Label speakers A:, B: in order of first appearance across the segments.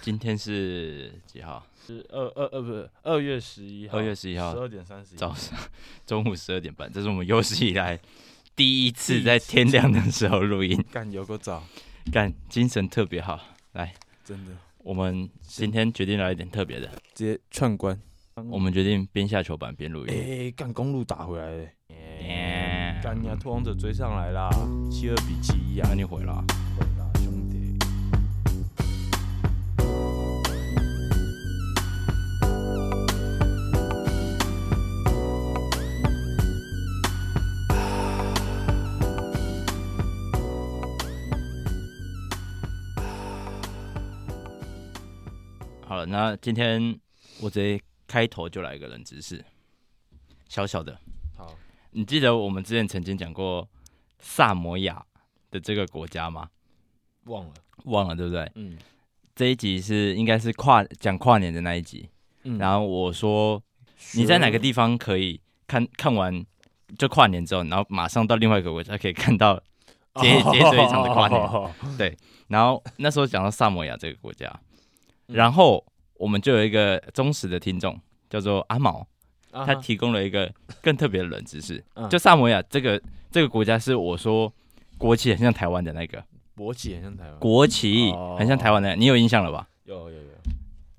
A: 今天是几号？
B: 是二二二不是二月十一号，
A: 2月11号
B: 十二点三十一，
A: 早上中午十二点半，这是我们有史以来第一次在
B: 第一次
A: 天亮的时候录音，
B: 干有个早，
A: 干精神特别好。
B: 真的
A: 我们今天决定来一点特别的，
B: 直接串关。
A: 我们决定边下球板边录
B: 哎、
A: 音。
B: 干公路打回来了、
A: Yeah
B: 哎干你啊，拓荒者追上来啦，七二比七一啊
A: 那，你毁了啊、
B: 对啦兄弟。
A: 好了，那今天我直接开头就来一个冷知识，小小的。
B: 好，
A: 你记得我们之前曾经讲过萨摩亚的这个国家吗？
B: 忘了，
A: 忘了对不对？
B: 嗯
A: 这一集是应该是跨讲跨年的那一集，
B: 嗯
A: 然后我说你在哪个？地方可以看看完就跨年之后，然后马上到另外一个国家可以看到。接接着一场的 跨年
B: 哦
A: 然后那时候讲到萨摩亚这个国家，
B: 嗯
A: 然后我们就有一个忠实的听众叫做阿毛，
B: 啊
A: 他提供了一个更特别的冷知识，
B: 嗯
A: 就萨摩亚这个这个国家是我说国旗很像台湾的那个
B: 勃起很像台湾，
A: 国旗
B: 嗯哦嗯
A: 很像台湾的那个，你有印象了吧？
B: 有有有，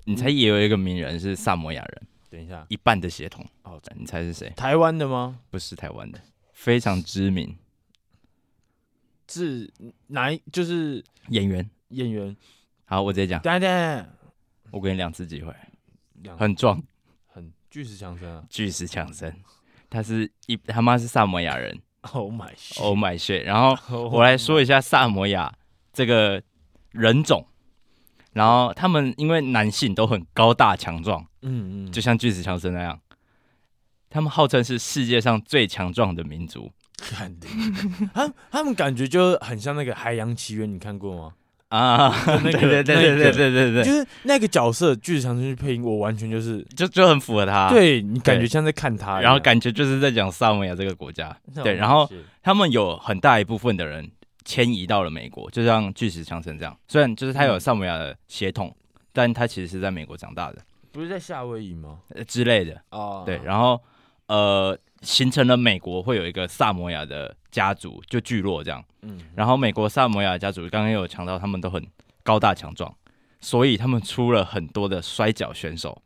A: 你猜也有一个名人是萨摩亚人，
B: 等一下，
A: 一半的血统
B: 哦，
A: 你猜是谁？
B: 台湾的吗？
A: 不是台湾的，非常知名
B: 是哪一？就是
A: 演员。
B: 演员？
A: 好，我直接讲，
B: 等一下等一下
A: 我给你两次机会，
B: 两
A: 很壮，
B: 很巨石强森啊
A: 巨石强森，他是一他妈是萨摩亚人
B: ！Oh my
A: ，Oh my shit！然后
B: god！
A: 我来说一下萨摩亚这个人种，然后他们因为男性都很高大强壮，
B: 嗯 嗯，
A: 就像巨石强森那样，他们号称是世界上最强壮的民族
B: 肯定。 他他们感觉就很像那个《海洋奇缘》，你看过吗？
A: 啊！对对对对对对对
B: 就
A: 对，
B: 是那个角色巨石强森去配音，我完全就是，
A: 就就很符合他。，
B: 对你感觉像在看他一样，
A: 然后感觉就是在讲萨摩亚这个国家，对，然后他们有很大一部分的人迁移到了美国，就像巨石强森这样。虽然就是他有萨摩亚的血统，但他其实是在美国长大的、
B: 不是在夏威夷吗？
A: 呃、之类的。
B: 啊，
A: 对，然后呃，形成了美国会有一个萨摩亚的家族就聚落这样。
B: 嗯，
A: 然后美国萨摩亚家族刚刚有强调他们都很高大强壮，所以他们出了很多的摔跤选手，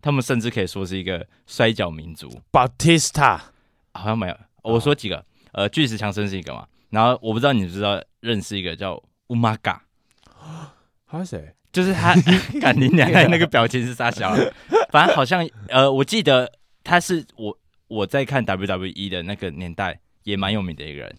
A: 他们甚至可以说是一个摔跤民族。
B: Batista
A: 好像没有，我说几个，呃，巨石强森是一个嘛，然后我不知道你知不知道认识一个叫乌玛嘎，
B: 他是谁？
A: 就是他，看你娘那个表情是傻小啊，反正好像呃，我记得他是我我在看 WWE 的那个年代也蛮有名的一个人，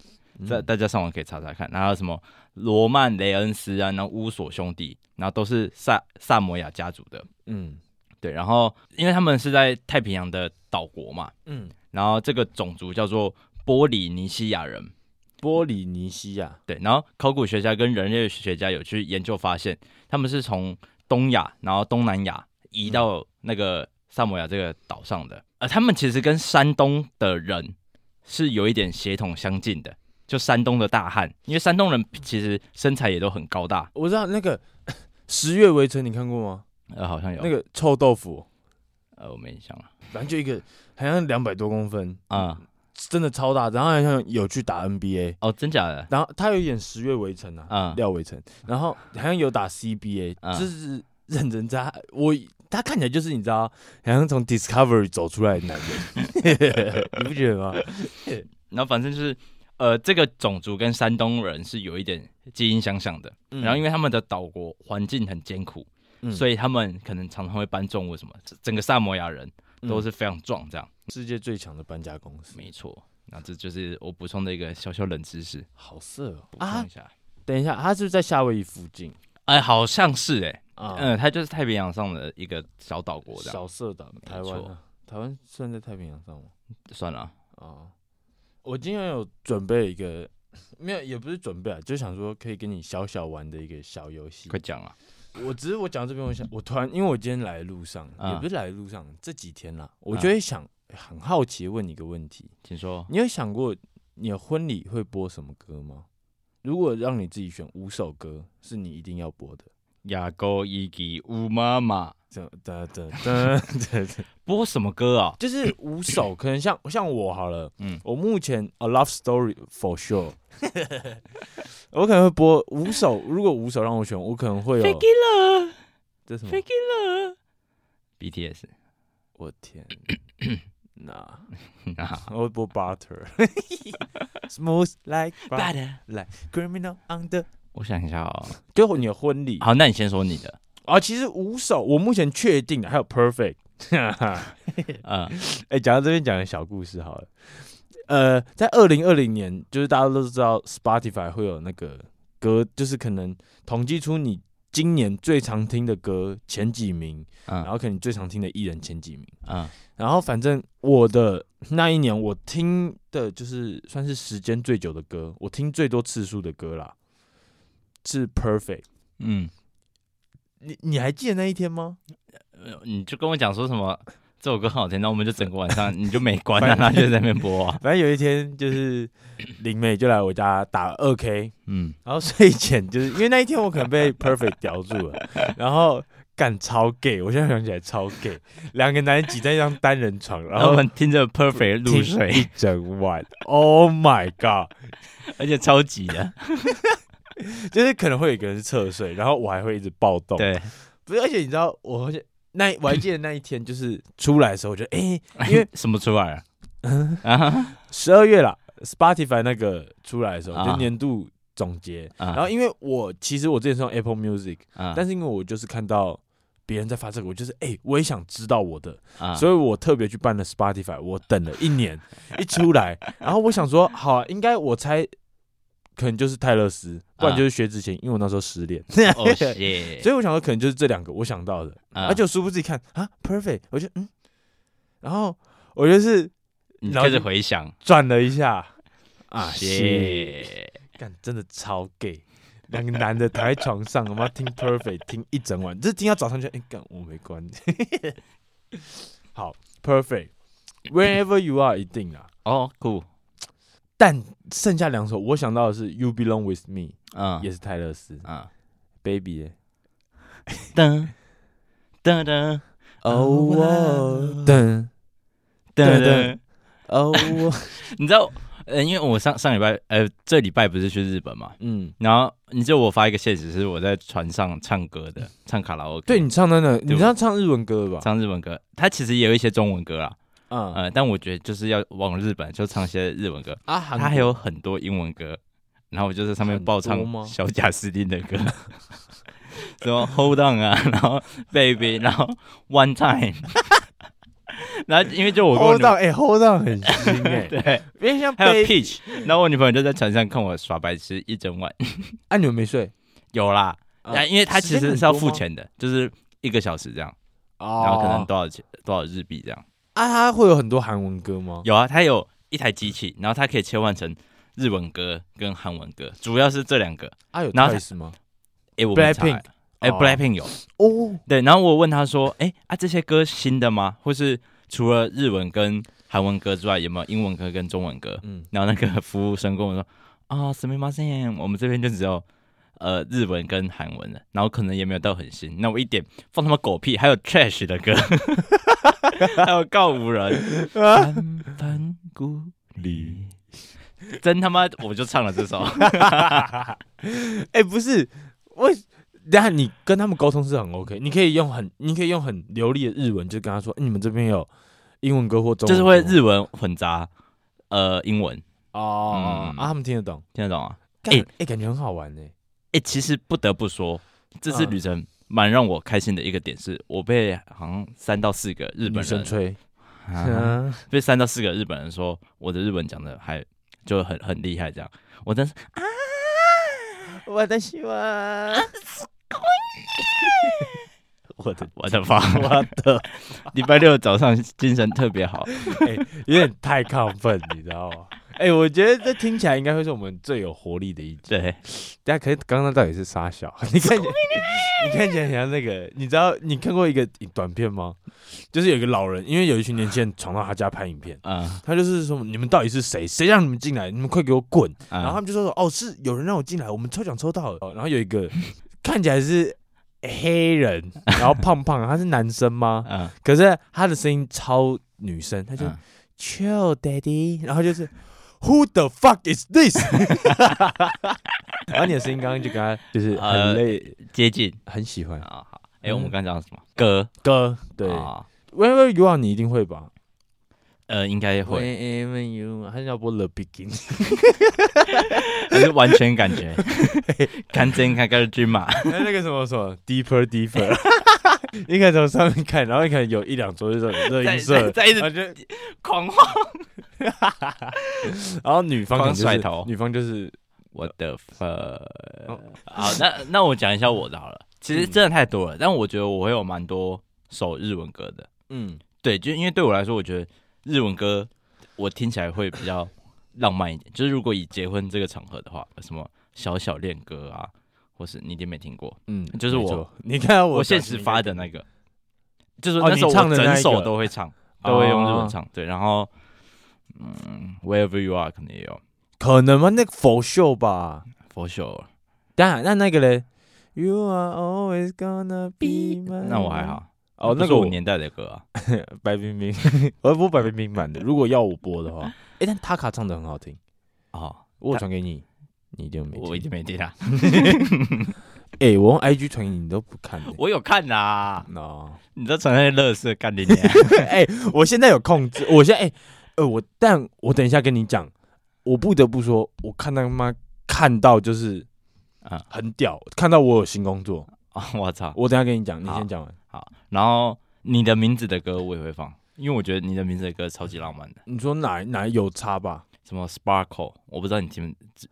A: 大
B: 嗯
A: 大家上网可以查查看，然后什么罗曼雷恩斯啊，然后乌索兄弟，然后都是萨萨摩亚家族的，
B: 嗯
A: 对，然后因为他们是在太平洋的岛国嘛，
B: 嗯，
A: 然后这个种族叫做波利尼西亚人。
B: 波里尼西亚，
A: 对，然后考古学家跟人类学家有去研究发现，他们是从东亚，然后东南亚移
B: 嗯
A: 到那个萨摩亚这个岛上的。呃，他们其实跟山东的人是有一点血统相近的，就山东的大汉，因为山东
B: 嗯
A: 人其实身材也都很高大。
B: 我知道那个 十月围城，你看过吗？
A: 呃，好像有
B: 那个臭豆腐，
A: 呃，我没印象了。
B: 反正就一个好像两百多公分，
A: 啊、
B: 真的超大，然后好像有去打 NBA，
A: 哦，真假的？
B: 然后他有演十月围城啊，
A: 嗯
B: 廖伟成，然后好像有打 CBA，、
A: 嗯
B: 就是认真在他我他看起来就是你知道，好像从 Discovery 走出来的男人，你不觉得吗？
A: 然后反正就是，呃，这个种族跟山东人是有一点基因相像的。然后因
B: 为、
A: 为他们的岛国环境很艰苦，所
B: 以
A: 所以他们可能常常会搬重物什么，整整个萨摩亚人都是非常壮这样。
B: 世界最强的搬家公司，
A: 嗯没错，那这就是我补充的一个小小冷知识，
B: 好色哦
A: 补充
B: 啊
A: 一！下。
B: 等一下，他是不是在夏威夷附近
A: 哎、好像是哎、
B: 啊？
A: 嗯，它就是太平洋上的一个小岛国这样。
B: 小色党，台湾啊、台湾算在太平洋上吗？
A: 算了啊，
B: 啊，我今天有准备一个，没有也不是准备啊，就想说可以跟你小小玩的一个小游戏。
A: 快讲了。
B: 我只是我讲到这边，我想我突然，因为我今天来的路上，
A: 嗯
B: 也不是来的路上，这几天啦，我
A: 嗯
B: 就会想很好奇地问你一个问题：
A: 请说。
B: 你有想过你的婚礼会播什么歌吗？如果让你自己选五首歌是你一定要播的，
A: 雅沟伊吉乌妈妈
B: 这的的的的，
A: 播什么歌啊？
B: 就是五首，可能像像我好了，嗯
A: 嗯，
B: 我目前 a love story for sure，我可能会播五首，如果五首让我选，我可能会有
A: it
B: 这什么？
A: fake it BTS
B: 我 天，那
A: 啊
B: 我会播 butter smooth like butter
A: ，Bad。
B: like criminal on the，
A: 我想一下哦，
B: 就你的婚礼
A: 好，那你先说你的。
B: 啊，其实五首我目前确定的还有 perfect。
A: 嗯
B: 哎、讲到这边讲个小故事好了。呃，在二零二零年，就是大家都知道 Spotify 会有那个歌，就是可能统计出你今年最常听的歌前几名，然
A: 嗯
B: 后可能你最常听的艺人前几名。
A: 嗯
B: 然后反正我的那一年，我听的就是算是时间最久的歌，我听最多次数的歌啦，是 Perfect。
A: 嗯，
B: 你你还记得那一天吗？
A: 呃你就跟我讲说什么这首歌好听，那我们就整个晚上你就没关啊，然后就在那边播 啊。
B: 反正有一天就是林美就来我家打二 K，
A: 嗯，
B: 然后睡前就是因为那一天我可能被 Perfect 叼住了，然后干超 gay，我现在想起来超 gay，两个男人挤在一张单人床，然
A: 然后我
B: 后
A: 们听着 Perfect 入
B: 听
A: 睡
B: 一，整晚，Oh my god！
A: 而且超级
B: 啊
A: 的。
B: 就是可能会有一个人是侧睡，然后我还会一直暴 动，，
A: 对，
B: 不是，而且你知道我那我还记得那一天就是出来的时候，我觉得哎、 因为 嗯
A: 什么出来 了？ 啊
B: 十二月啦 Spotify 那个出来的时候，就
A: 啊
B: 年度总结，
A: 啊
B: 然后因为我其实我之前是用 Apple Music。
A: 啊
B: 但是因为我就是看到别人在发这个，我就是哎、欸我也想知道我的，
A: 啊
B: 所以我特别去办了 Spotify，我等了 一年，一出来，然后我想说，好、啊，应该我猜，可能就是泰勒斯，不
A: 啊
B: 然就是薛之谦，因为我那时候失恋，
A: 哦 耶，
B: 所以我想说可能就是这两个我想到的，
A: 啊
B: 而且我殊不知一看啊，Perfect，我就嗯，然后我就是
A: 你
B: 然后
A: 开
B: 就
A: 始回想
B: 转了一下，啊，谢。
A: 耶，
B: 干真的超 gay，两个男的躺在床上，我妈听 Perfect 听一整晚，这听到早上就哎干、我没关。好 Perfect，Wherever you are 一定啊，
A: 哦酷，
B: 但剩下两首我想到的是 You Belong with Me，、
A: 嗯
B: 也是泰勒斯
A: 啊，
B: Baby 耶、
A: 噔噔噔 Oh,
B: 哦哦噔
A: 噔
B: 噔
A: 噔，
B: 哦
A: Oh,
B: 哦，
A: 你知道，呃，因为我上上礼拜，呃，这礼拜不是去日本嘛，
B: 嗯，
A: 然后你就我发一个现实是我在船上唱歌的，唱卡拉 OK，
B: 嗯对，你唱的那，你
A: 对
B: 知道唱日文歌的吧？
A: 唱日文歌，它其实也有一些中文歌啦，
B: 啊
A: 呃，但我觉得就是要往日本就唱一些日文歌，
B: 啊，
A: 它
B: 韩
A: 还
B: 国
A: 有很多英文歌，然后我就在上面爆唱
B: 很多吗
A: 小贾斯汀的歌， 什么 Hold On 啊， 然后 Baby，然后 One Time，然后因为就我跟我
B: Hold
A: 女
B: on，哎、h o l d on 很 新哎、
A: 对，
B: 因为像
A: 还有
B: Baby-
A: Peach，然后我女朋友就在船上看我耍白痴一整晚。
B: 啊，你们没睡？
A: 有啦，
B: 啊
A: 啊，因为他
B: 时
A: 其
B: 间
A: 实
B: 很
A: 是要
B: 多
A: 付
B: 吗
A: 钱的，就是一个小时这样，
B: 哦
A: 然后可能多少钱多少日币这样。
B: 啊，他会有很多韩文歌吗？
A: 有啊，他有一台机器，然后它可以切换成日文歌跟韩文歌，主要是这两个。
B: 啊，有
A: 然后他
B: Twice 吗？
A: 诶，我们查
B: Blackpink
A: 诶
B: 哦
A: b l a c k p i n k 有
B: 哦，
A: 对，然后我问他说，诶，啊这些歌新的吗？或是除了日文跟韩文歌之外，有没有英文歌跟中文歌？
B: 嗯，
A: 然后那个服务生跟我说：“啊、什么马线，我们这边就只有呃日文跟韩文的，然后可能也没有到很新。那我一点放他妈狗屁，还有 trash 的歌， 还有告五人，翻翻故里，真他妈我就唱了这首。
B: 哎、不是，我等下你跟他们沟通是很 OK，你可以用很，你可以用很流利的日文，就跟他说，欸你们这边有英文歌或中
A: 就
B: 文
A: 是
B: 歌
A: 会
B: 吗，
A: 日文混杂呃英文，
B: 哦、
A: 嗯
B: 啊，他们听得懂，
A: 听得懂啊？
B: 哎哎、
A: 欸
B: 欸感觉很好玩呢、欸。
A: 哎、其实不得不说，这次
B: 嗯
A: 旅程蛮让我开心的一个点是，我被好像三到四个日
B: 女
A: 本
B: 生
A: 人。
B: 吹，
A: 啊
B: 嗯，
A: 被三到四个日本人说我的日文讲的还就很很厉害这样，我真是啊
B: 我的希望，我的
A: 我的妈，我的礼拜六早上精神特别好，
B: 有点太亢奋，你知道吗？哎、我觉得这听起来应该会是我们最有活力的一集。
A: 对，
B: 大家可是刚刚那到底是傻小？ 你看起来，你看起来很像那个，你知道你看过一个短片吗？就是有一个老人，因为有一群年轻人闯到他家拍影片，
A: 嗯，
B: 他就是说你们到底是谁？谁让你们进来？你们快给我滚！然
A: 然
B: 后他们就说哦，是有人让我进来，我们抽奖抽到了。哦然后有一个 看起来是黑人，然后胖胖的，他是男生吗？
A: 嗯，
B: 可是他的声音超女生，他就、
A: 嗯
B: Chill Daddy，然后就是 Who the fuck is this？然后你的声音刚刚就跟他就是很累，
A: 接近
B: 呃很喜欢
A: 啊。好，哎，我们刚刚讲什么？歌
B: 歌，嗯对，
A: 啊
B: 喂喂，You are 你一定会吧？
A: 呃，应该会，
B: Whenever you，他是要播 The Beginning，
A: 还是完全感 觉，看真看看军马，
B: 还有那个什么什么 Deeper Deeper，你 可以从上面看，然后你可能有一两桌就是热音
A: 在
B: 社，
A: 在一
B: 然
A: 直
B: 后就
A: 狂晃。
B: 然后女方可能就是
A: 狂甩头
B: 女方就是
A: 我的 fuck！
B: 哦
A: 好，那那我讲一下我的好了。其实真的太多了，但我觉得我会有蛮多首日文歌的。
B: 嗯
A: 对，就因为对我来说，我觉得日文歌我听起来会比较浪漫一点。就是如果以结婚这个场合的话，什么小小恋歌啊，或是你一定没听过，
B: 嗯，
A: 就是我
B: 没错，你看到
A: 我
B: 我
A: 现实发的那个，就是
B: 哦
A: 那时候
B: 你唱
A: 我
B: 的那一个哦
A: 整首都会唱，都会用日文唱。对，然后嗯，Wherever You Are 可能也有
B: 可能吗？那个 For Sure 吧，
A: For Sure，
B: 当然那那个嘞，You are always gonna be my，
A: 那我还好。
B: 哦，那
A: 不是
B: 个
A: 我
B: 我
A: 年代的歌啊，
B: 白冰冰， 我要播白冰冰版的，如果要我播的话， 哎，但塔卡唱的很好听，
A: 哦。
B: 我有传给你，你一定没听，
A: 我已经没听啦，
B: 哎、我用 IG 传给你，你都不看、欸。
A: 我有看啦。
B: no，
A: 你这传那些乐色干你娘！
B: 哎、我现在有控制， 我现在哎、呃，我但我等一下跟你讲，我不得不说，我看他妈看到就是
A: 啊
B: 很屌，看到我有新工作，
A: 啊，我操！
B: 我等一下跟你讲，你
A: 好
B: 先讲完。
A: 好，然后你的名字的歌我也会放，因为我觉得你的名字的歌超级浪漫的，
B: 你说哪哪有差吧？
A: 什么 Sparkle，我不知道你听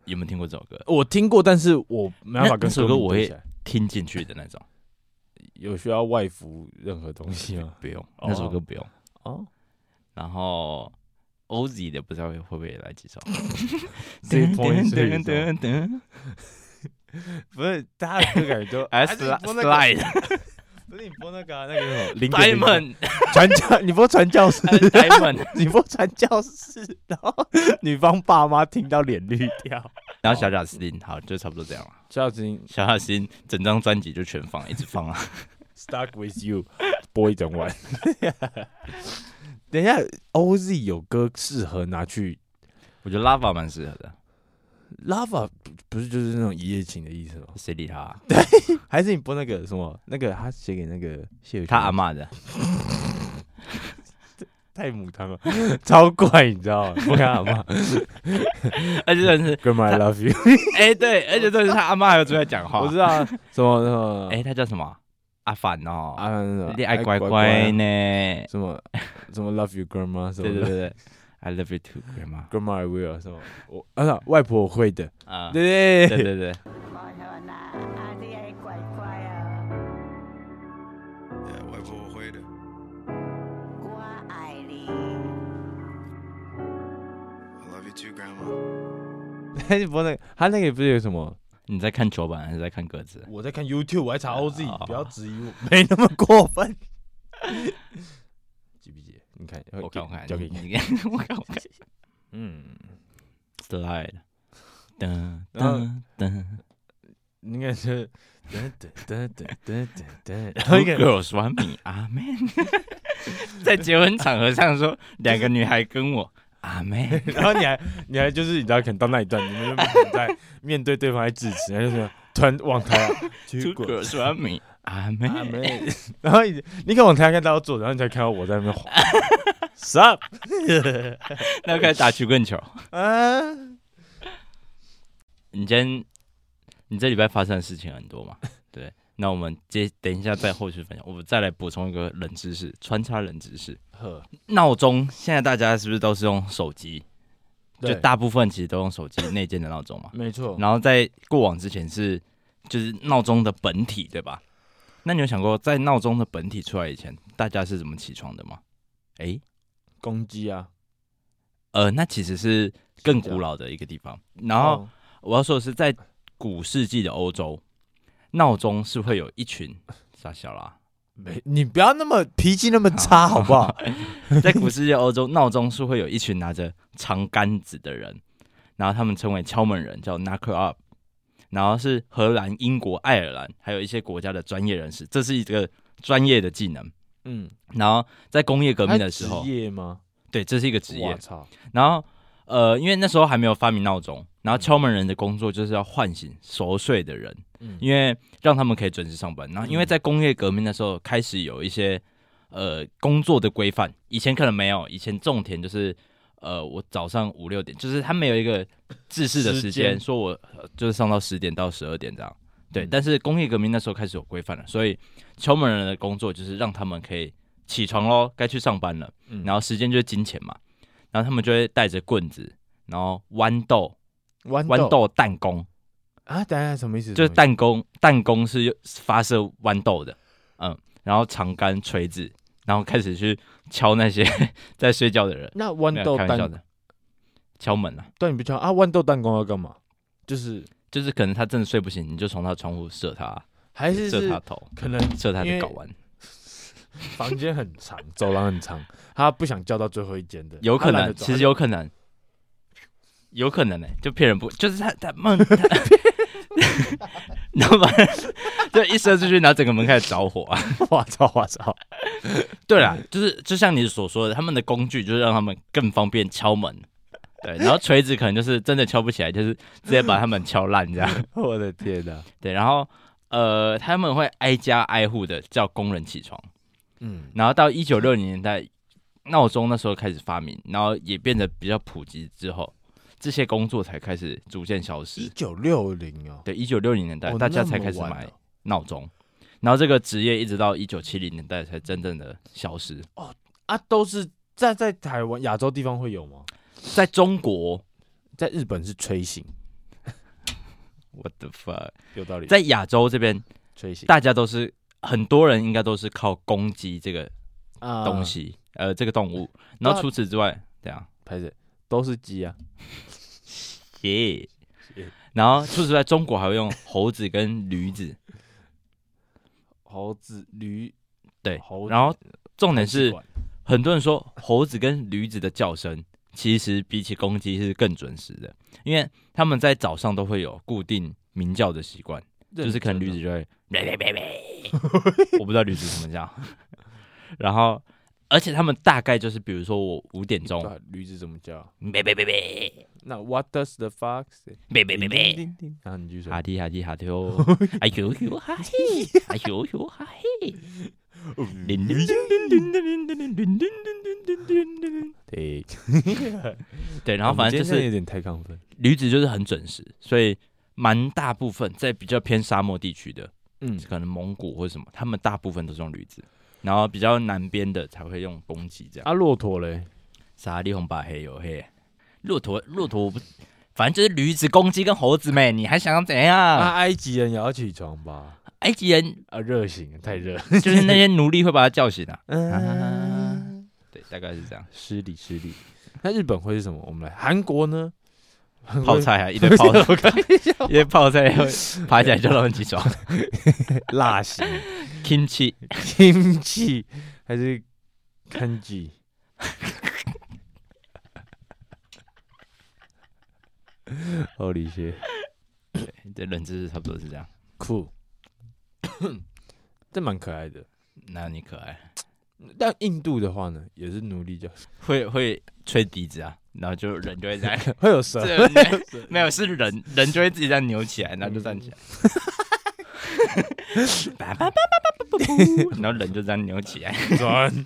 A: 有没有听过这首歌，
B: 我听过，但是我没
A: 那
B: 办法
A: 那
B: 跟
A: 首歌我
B: 对
A: 会
B: 起来
A: 听进去的那种，
B: 有需要外服任何东西吗？
A: 不用，
B: 哦
A: 那首歌不用。
B: 哦，
A: 然后 Oz 的不知道会会不会也来几首？
B: Three Point Three
A: 噔噔噔
B: 不是，大家就感觉都
A: 哎
B: 还是你播那个
A: Slide
B: 不是你播那个啊、那个什么零点零
A: Diamond
B: 传教，你播传教士
A: Diamond，
B: 你播传教士，然后女方爸妈听到脸绿掉。
A: 然后小贾斯汀，好，就差不多这样了。
B: 小小心
A: 小贾斯汀整张专辑就全放，一直放啊。
B: ，Stuck with you，播一整晚。 等一下，OZ 有歌适合拿去
A: 我觉得 Lava 蛮适合的，
B: Lava，不啊不是就是那种一夜情的意思吗？
A: 谁理他啊、
B: 还是你播那个什么？那个他写给那个谢友
A: 他阿嬷的，
B: 太母汤了， 超怪，你 知道吗？不敢阿妈
A: 而且真的是，
B: ，Grandma I love you，
A: 哎、对，而且真的是他阿嬷还有出来讲话。
B: 我知道啊什么什么，
A: 哎、他叫什么啊？阿凡哦，
B: 啊，那个
A: 恋爱
B: 爱
A: 乖
B: 乖
A: 乖
B: 啊
A: 呢？
B: 什么什么 Love you grandma 什
A: 对对
B: 么的
A: 对对，I love you too，grandma。
B: ，grandma I will 什么我啊外婆我会的，
A: 啊，对
B: 对
A: 对对对，
C: Con hồn à, anh đi ai quậy quay à,
D: 哎，外婆我会的。
C: qua ai đi,
D: I love you too, Grandma。
B: 对，你播那个 他那个不是有什么？
A: 你在看球板还是在看鸽子？
B: 我在看 YouTube，我还查 OZ，
A: 哦
B: 不要质疑我，没那么过 分。记不记？你看，
A: 我看我看，
B: 交给
A: 你
B: 你。
A: 你看，我看我看
B: 嗯，
A: ，slide，噔
B: 然后
A: 噔噔
B: 应该是等等等等等等等，然后一
A: ，Two
B: 个
A: girls one me，阿妹， 在结婚场合上说两个女孩跟我，阿妹。
B: 然后你还你还就是你知道，可能到那一段，你们就可能在面对对方在致辞，然后就是突然往台啊
A: Two
B: 结果
A: girls one me，阿妹。
B: 阿妹，然后你你看往台上看到坐，然后你才看到我在那边晃，sup
A: 那开始打曲棍球。
B: 啊，
A: 你今天你这礼拜发生的事情很多嘛？对，那我们接等一下再后续分享。我们再来补充一个冷知识，穿插冷知识。
B: 呵，
A: 闹钟现在大家是不是都是用手机？就
B: 对
A: 大部分其实都用手机内建的闹钟嘛。
B: 没错，
A: 然后在过往之前是就是闹钟的本体，对吧？那你有想过在闹钟的本体出来以前，大家是怎么起床的吗？诶、
B: 公鸡啊，
A: 呃，那其实是更古老的一个地方。然后
B: 哦
A: 我要说的是，在古世纪的欧洲，闹钟是会有一群傻小啦。
B: 没，你不要那么脾气那么 差好不好？
A: 在古世纪的欧洲，闹钟是会有一群拿着长杆子的人，然后他们称为敲门人，叫 knocker up。然后是荷兰、英国、爱尔兰，还有一些国家的专业人士，这是一个专业的技能。
B: 嗯，
A: 然后在工业革命的时候
B: 职，业吗？
A: 对，这是一个职业
B: 我。操，
A: 然后呃，因为那时候还没有发明闹钟，然后敲门人的工作就是要唤醒熟睡的人，
B: 嗯
A: 因为让他们可以准时上班。然后因为在工业革命的时候开始有一些呃工作的规范，以前可能没有，以前种田就是。呃，我早上五六点，就是他们有一个制式的时
B: 时间
A: 间，说我、呃就是上到十点到十二点这样。对，
B: 嗯
A: 但是工业革命那时候开始有规范了，所以敲门人的工作就是让他们可以起床喽，该去上班了。
B: 嗯
A: 然后时间就是金钱嘛，然后他们就会带着棍子，然后豌豆
B: 豌
A: 豌豆弹弓，
B: 啊，等一下什么意思？
A: 就是
B: 什么意
A: 弹弓弹弓是用发射豌豆的，嗯，然后长杆锤子，然后开始去敲那些 在睡觉的人
B: 思，那
A: 没
B: 豌
A: 有
B: 豆
A: 开玩笑
B: 蛋，
A: 的，敲门啊，
B: 但你不知道啊？豌豆蛋糕要干嘛？就是
A: 就是可能他真的睡不醒，你就从他窗户射他，
B: 还是
A: 射
B: 是
A: 他头，
B: 可能
A: 射他
B: 因为
A: 的睾丸，
B: 房间很长， 走廊很长，他不想叫到最后一间的，
A: 有可
B: 他懒
A: 能
B: 得，走
A: 其实有可 能，有可能呢、欸就骗人不，就是他他 梦，他 然后把人就一射出去，然后整个门开始着 火啊！
B: 我操我操，
A: 对啦，就是就像你所说的，他们的工具就是让他们更方便敲门，对，然后锤子可能就是真的敲不起来，就是直接把他们敲烂这样，
B: 我的天哪！
A: 对，然后呃他们会挨家挨户的叫工人起床，
B: 嗯，
A: 然后到一九六零年代，闹钟那时候开始发明，然后也变得比较普及之后，这些工作才开始逐渐消
B: 一
A: 失。
B: 九六零哦，
A: 对，一九六零年代、
B: 哦
A: 大家
B: 那
A: 才
B: 么
A: 开始
B: 晚
A: 买
B: 哦
A: 闹钟，然后这个职业一直到一九七零年代才真正的消失。
B: 啊，都是在在台湾亚洲地方会有吗？
A: 在中国，
B: 在日本是吹醒，
A: 我的 fuck，
B: 有道理，
A: 在亚洲这边，
B: 吹醒
A: 大家都是很多人应该都是靠公鸡这个
B: 啊
A: 东西，呃，这个动物。然后
B: 那
A: 除此之外，这样。
B: 拍子都是鸡啊，
A: 耶
B: 耶。
A: 然后除此之外，中国还会用猴子跟驴子。
B: 猴子、驴，
A: 对
B: 猴子
A: 然后重点
B: 很奇
A: 是，
B: 怪
A: 很多人说猴子跟驴子的叫声，其实比起公鸡是更准时的，因为他们在早上都会有固定鸣叫的习惯，就是可能驴子就会，我不知道驴子怎么叫，然后而且他们大概就是，比如说我五点钟
B: 对，啊驴子怎么叫？
A: 别别别别
B: 那 What does the fox？say？
A: 别别别
B: 叮
A: 别。
B: 叮叮，然后你就说
A: 哈提哈提哈提哦，哎呦呦哈嘿，哎呦呦哈嘿，铃铃铃铃铃铃铃铃铃铃铃铃铃铃。
B: 对，
A: 对，然后
B: 我们
A: 反正就
B: 今天
A: 是
B: 有点太亢奋，
A: 驴子就是很准时，所以蛮大部分在比较偏沙漠地区的，
B: 嗯，
A: 可能蒙古或者什么，他们大部分都是用驴子，然后比较南边的才会用公鸡这样。
B: 啊，骆驼嘞，
A: 沙利红把黑有黑，骆驼骆驼我不，反正就是驴子、公鸡跟猴子妹，你还想要怎样？
B: 啊，埃及人也要起床吧？
A: 埃及人
B: 啊，热醒，太热，
A: 就是那些奴隶会把他叫醒啊。
B: 嗯，
A: 对，大概是这样。
B: 失礼失礼。那日本会是什么？我们来韩国呢？韩国
A: 泡菜啊，一堆泡菜，一堆泡菜会爬起来叫他们起床。
B: 辣型
A: kimchi
B: kimchi 还是 kanji？哦，理解。
A: 的冷知识差不多是这样。
B: 酷， 这蛮可爱的。
A: 那你可爱。
B: 但印度的话呢，也是奴隶教，
A: 会会吹笛子啊，然后就人就会 在
B: 会有蛇，
A: 这没没有是人人就会自己这样扭起来，然后就站起 来，叭叭叭叭叭叭叭叭，然后人就这样扭起来。
B: 转，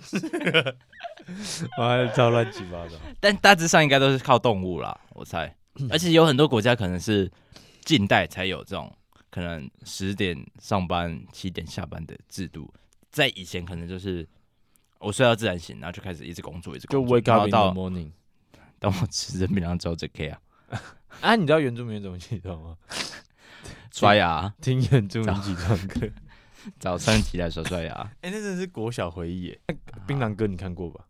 B: 妈的，超乱七八糟。
A: 但大致上应该都是靠动物啦，我猜。而且有很多国家可能是近代才有这种可能十点上班、七点下班的制度，在以前可能就是我睡到自然醒，然后就开始一直工作，一直
B: 就
A: 工作
B: wake
A: 然后
B: up in the
A: 到
B: morning。
A: 当我吃着槟榔之后就可以啊，
B: 啊，你知道原住民怎么起床吗？
A: 刷牙，
B: 听原住民起床歌。
A: 早上起来刷刷牙。
B: 哎，那真的是国小回忆耶。那槟榔哥你看过吧？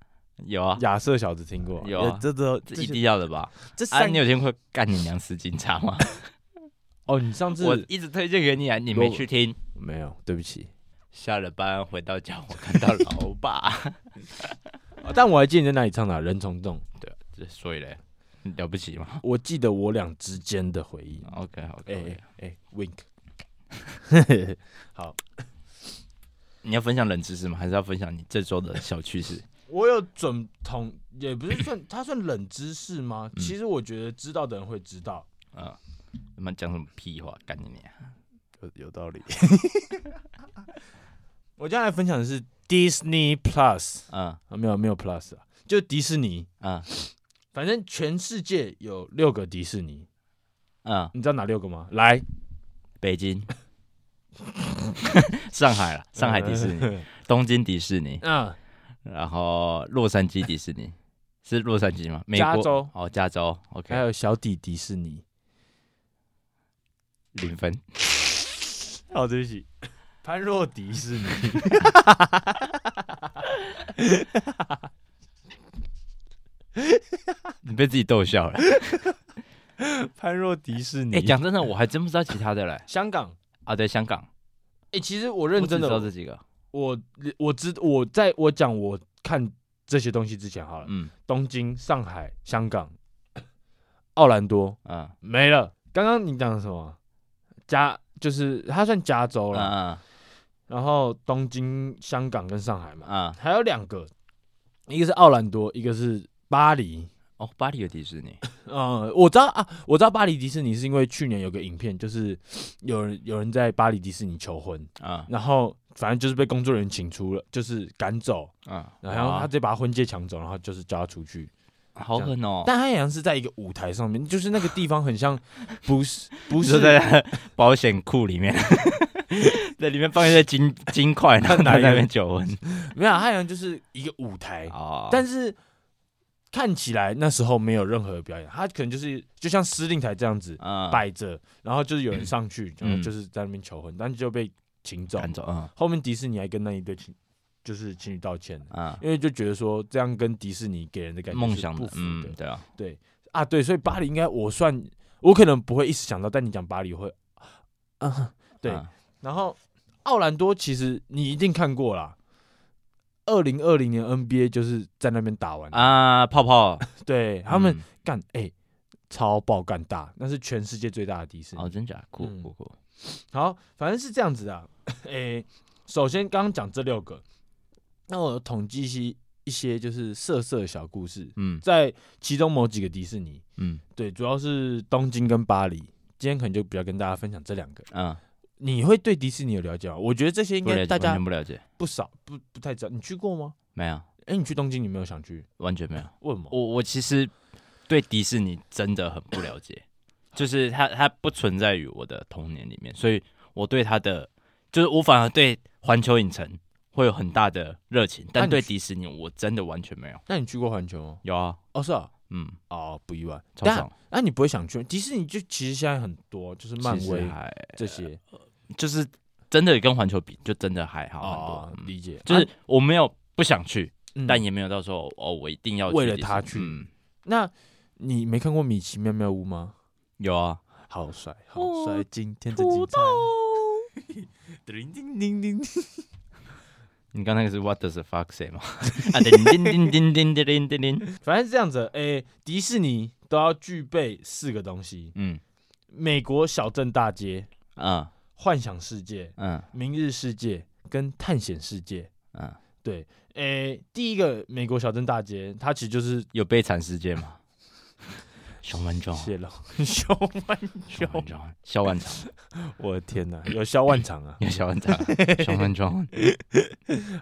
A: 有啊，
B: 亚瑟小子听过吧？
A: 有啊
B: 这都
A: 这
B: 这
A: 一
B: 些
A: 定要的吧？
B: 这
A: 啊，
B: 三
A: 你有听过《干你娘死警察》 吗？
B: 哦，你上
A: 我
B: 次
A: 一直推荐给你啊，你没去听。
B: 没有，对不起。
A: 下了班回到家，我看到老爸。
B: 但我还记得你在哪里唱的啊，人虫洞。
A: 对，这所以嘞，了不起吗
B: 我记得我俩之间的回忆。
A: ？OK OK，,
B: 哎
A: o
B: 哎哎，wink。
A: 你要分享冷知识吗？还是要分享你这周的小趣事？
B: 我有准同，也不是算，它算冷知识吗？
A: 嗯
B: 其实我觉得知道的人会知道。
A: 啊，他妈讲什么屁话，干你娘！
B: 有有道理。我将来分享的是 Disney Plus
A: 嗯
B: 啊，没有没有 Plus 啊，就迪士尼。
A: 嗯
B: 反正全世界有六个迪士尼，
A: 嗯，
B: 你知道哪六个吗？来，
A: 北 京、上海啦，上海迪士 尼、
B: 尼。
A: 东京迪士尼，
B: 嗯，
A: 然后洛杉矶迪士尼，是洛杉矶吗？美
B: 加
A: 国
B: 州
A: 哦，加州
B: 还
A: OK，
B: 有小底迪士尼。
A: 零分。
B: 哦，对不起，潘若迪士尼。
A: 你被自己逗笑 了。
B: 潘若迪士尼
A: 哎、讲真的，我还真不知道其他的嘞。
B: 香港。
A: 啊，对，香港，
B: 哎、其实我认真的
A: 我只知道，这几个。
B: 我我知我在我讲我看这些东西之前好了，
A: 嗯
B: 东京、上海、香港、 奥兰多
A: 嗯
B: 没了。刚刚你讲的什么？加就是它算加州
A: 嗯
B: 了，然后东京、香港跟上海嘛，
A: 嗯，
B: 还有两个，一个是奥兰多，一个是巴黎。
A: 哦，巴黎有迪士尼。
B: 嗯，我知道啊，我知道巴黎迪士尼是因为去年有个影片，就是有人有人在巴黎迪士尼求婚，
A: 嗯
B: 然后反正就是被工作人员请出了，就是赶走，
A: 嗯，
B: 然后他
A: 哇
B: 直接把他婚戒抢走，然后就是叫他出去。
A: 好狠哦。
B: 但他好像是在一个舞台上面，就是那个地方很像，不是不
A: 不
B: 是
A: 是在他的保险库里面， 在里面放一些金金块，然后拿在那边求 婚。
B: 没有，他好像就是一个舞台，
A: 哦，
B: 但是看起来那时候没有任何表演，他可能就是就像司令台这样子
A: 嗯，
B: 摆着，然后就是有人上去，
A: 嗯
B: 然后就是在那边求婚，但就被请走。
A: 赶走，嗯
B: 后面迪士尼还跟那一对情就是情侣道歉了。
A: 嗯，
B: 因为就觉得说这样跟迪士尼给人的感觉
A: 梦
B: 是
A: 想
B: 不
A: 的，
B: 符的
A: 嗯，对啊，
B: 啊，对，所以巴黎应该我算我可能不会一时想到，但你讲巴黎我会，啊，对，
A: 嗯
B: 然后奥兰多其实你一定看过啦，二零二零年 NBA 就是在那边打完，
A: 啊，泡泡
B: 对他们
A: 嗯
B: 干哎、超爆干大，那是全世界最大的迪士尼。
A: 哦，真假酷
B: 嗯
A: 酷酷，
B: 好，反正是这样子啊， 哎、首先刚刚讲这六个，那我有统计一些一些就是色色的小故事，
A: 嗯
B: 在其中某几个迪士尼，
A: 嗯
B: 对，主要是东京跟巴黎。今天可能就比较跟大家分享这两个。
A: 嗯，
B: 你会对迪士尼有了解吗？我觉得这些应
A: 不了
B: 该
A: 解，
B: 大
A: 完
B: 家
A: 全不了解，
B: 不少，不不太知道。你去过吗？
A: 没有，
B: 哎、你去东京，你没有想去？
A: 完全没有。
B: 为什么？
A: 我我其实对迪士尼真的很不了解，就是它它不存在于我的童年里面，所以我对它的就是我反而对环球影城会有很大的热情，
B: 那
A: 但
B: 你
A: 对
B: 去
A: 迪士尼我真的完全没有。
B: 那你去过环球吗？
A: 有啊，
B: 哦，是啊，
A: 嗯，
B: 哦，不意外。
A: 超
B: 但
A: 爽。
B: 那、你不会想去迪士尼？就其实现在很多，就是漫
A: 其实
B: 威
A: 还
B: 这些。
A: 就是真的跟环球比，就真的还好很
B: 哦
A: 多，。嗯
B: 理解。
A: 就是
B: 啊
A: 我没有不想去，
B: 嗯
A: 但也没有到说哦，我一定要去
B: 为了
A: 迪士尼
B: 他去
A: 嗯，
B: 那你没看过米奇妙妙屋吗？
A: 有啊，
B: 好帅，好
A: 哦
B: 帅！今天的精彩。叮叮叮叮叮。
A: 你刚那个是 What does the fuck say 吗？ 啊，叮叮叮叮叮叮叮叮叮，
B: 反正是这样子，哎、迪士尼都要具备四个东西：
A: 嗯
B: 美国小镇大街、
A: 嗯
B: 幻想世界、
A: 嗯
B: 明日世界跟探险世界。
A: 嗯，
B: 对，诶、第一个美国小镇大街，它其实就是
A: 有悲惨世界 吗？熊文忠，
B: 泄露 小万，
A: 熊文忠，啊小万长，
B: 我的天哪，有肖万 长 啊！
A: 有小啊万长，熊文忠，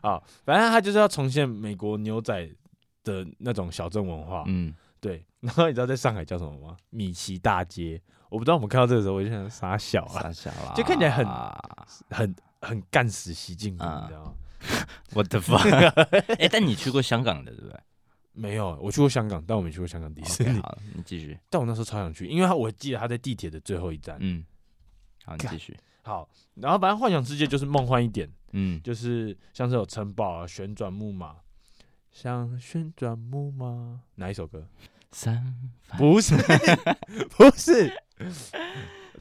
B: 好，反正它就是要重现美国牛仔的那种小镇文化。
A: 嗯，
B: 对， 然后你知道在上海叫什么吗？米奇大街。我不知道我们看到这个时候，我就想傻小啊，
A: 傻小啦，
B: 就看起来很很很干死习近平，
A: 啊
B: 你知道吗？
A: What the fuck？哎， 但你去过香港的对不对？
B: 没有，我去过香港，但我没去过香港迪士尼。
A: OK，好，你继续。
B: 但我那时候超想去，因为他我记得他在地铁的最后一站。
A: 嗯，好，你
B: 干
A: 继续。
B: 好，然后反正幻想世界就是梦幻一点，
A: 嗯，
B: 就是像是有城堡啊、旋转木马，像旋转木马哪一首歌？
A: 三
B: 不是， 不是。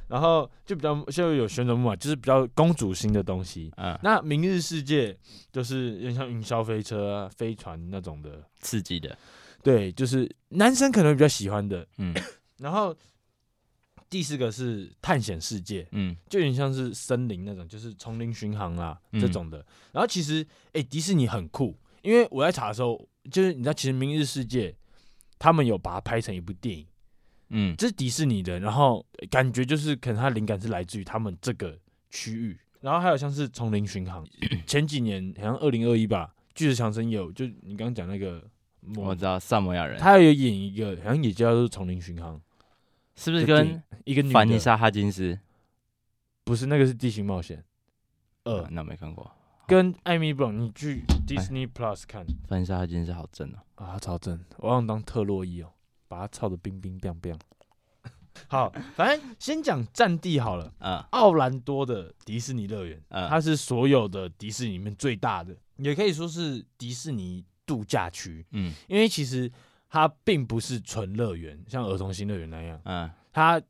B: 然后就比较就有旋转木马，就是比较公主心的东西。
A: 啊，
B: 那明日世界就是有点像云霄飞车啊、飞船那种的，
A: 刺激的，
B: 对，就是男生可能比较喜欢的。
A: 嗯
B: 然后第四个是探险世界，
A: 嗯
B: 就有点像是森林那种，就是丛林巡航啊
A: 嗯
B: 这种的。然后其实，哎、迪士尼很酷，因为我在查的时候，就是你知道，其实《明日世界》他们有把它拍成一部电影，
A: 嗯
B: 这是迪士尼的，然后感觉就是可能它灵感是来自于他们这个区域。然后还有像是丛林巡航，前几年好像二零二一吧，《巨石强森》也有，就你刚刚讲那个
A: 我
B: 魔，
A: 知道萨摩亚人，
B: 他有演一个，好像也叫做《丛林巡航》，
A: 是不是
B: 这
A: 跟
B: 一个女
A: 凡妮
B: 的，
A: 莎哈金斯？
B: 不是那个是《地形冒险》，呃
A: 啊，那没看过。
B: 跟艾米布朗，你去 Disney Plus 看
A: 凡妮莎哈金斯好正哦、
B: 哎啊，她超正，我想当特洛伊哦，把她操的冰冰冰冰。 好，反正先讲战地好了。
A: 啊
B: 奥兰多的迪士尼乐园，
A: 嗯
B: 它是所有的迪士尼里面最大的，也可以说是迪士尼度假区，
A: 嗯
B: 因为其实它并不是纯乐园，像儿童新乐园那样，
A: 嗯
B: 它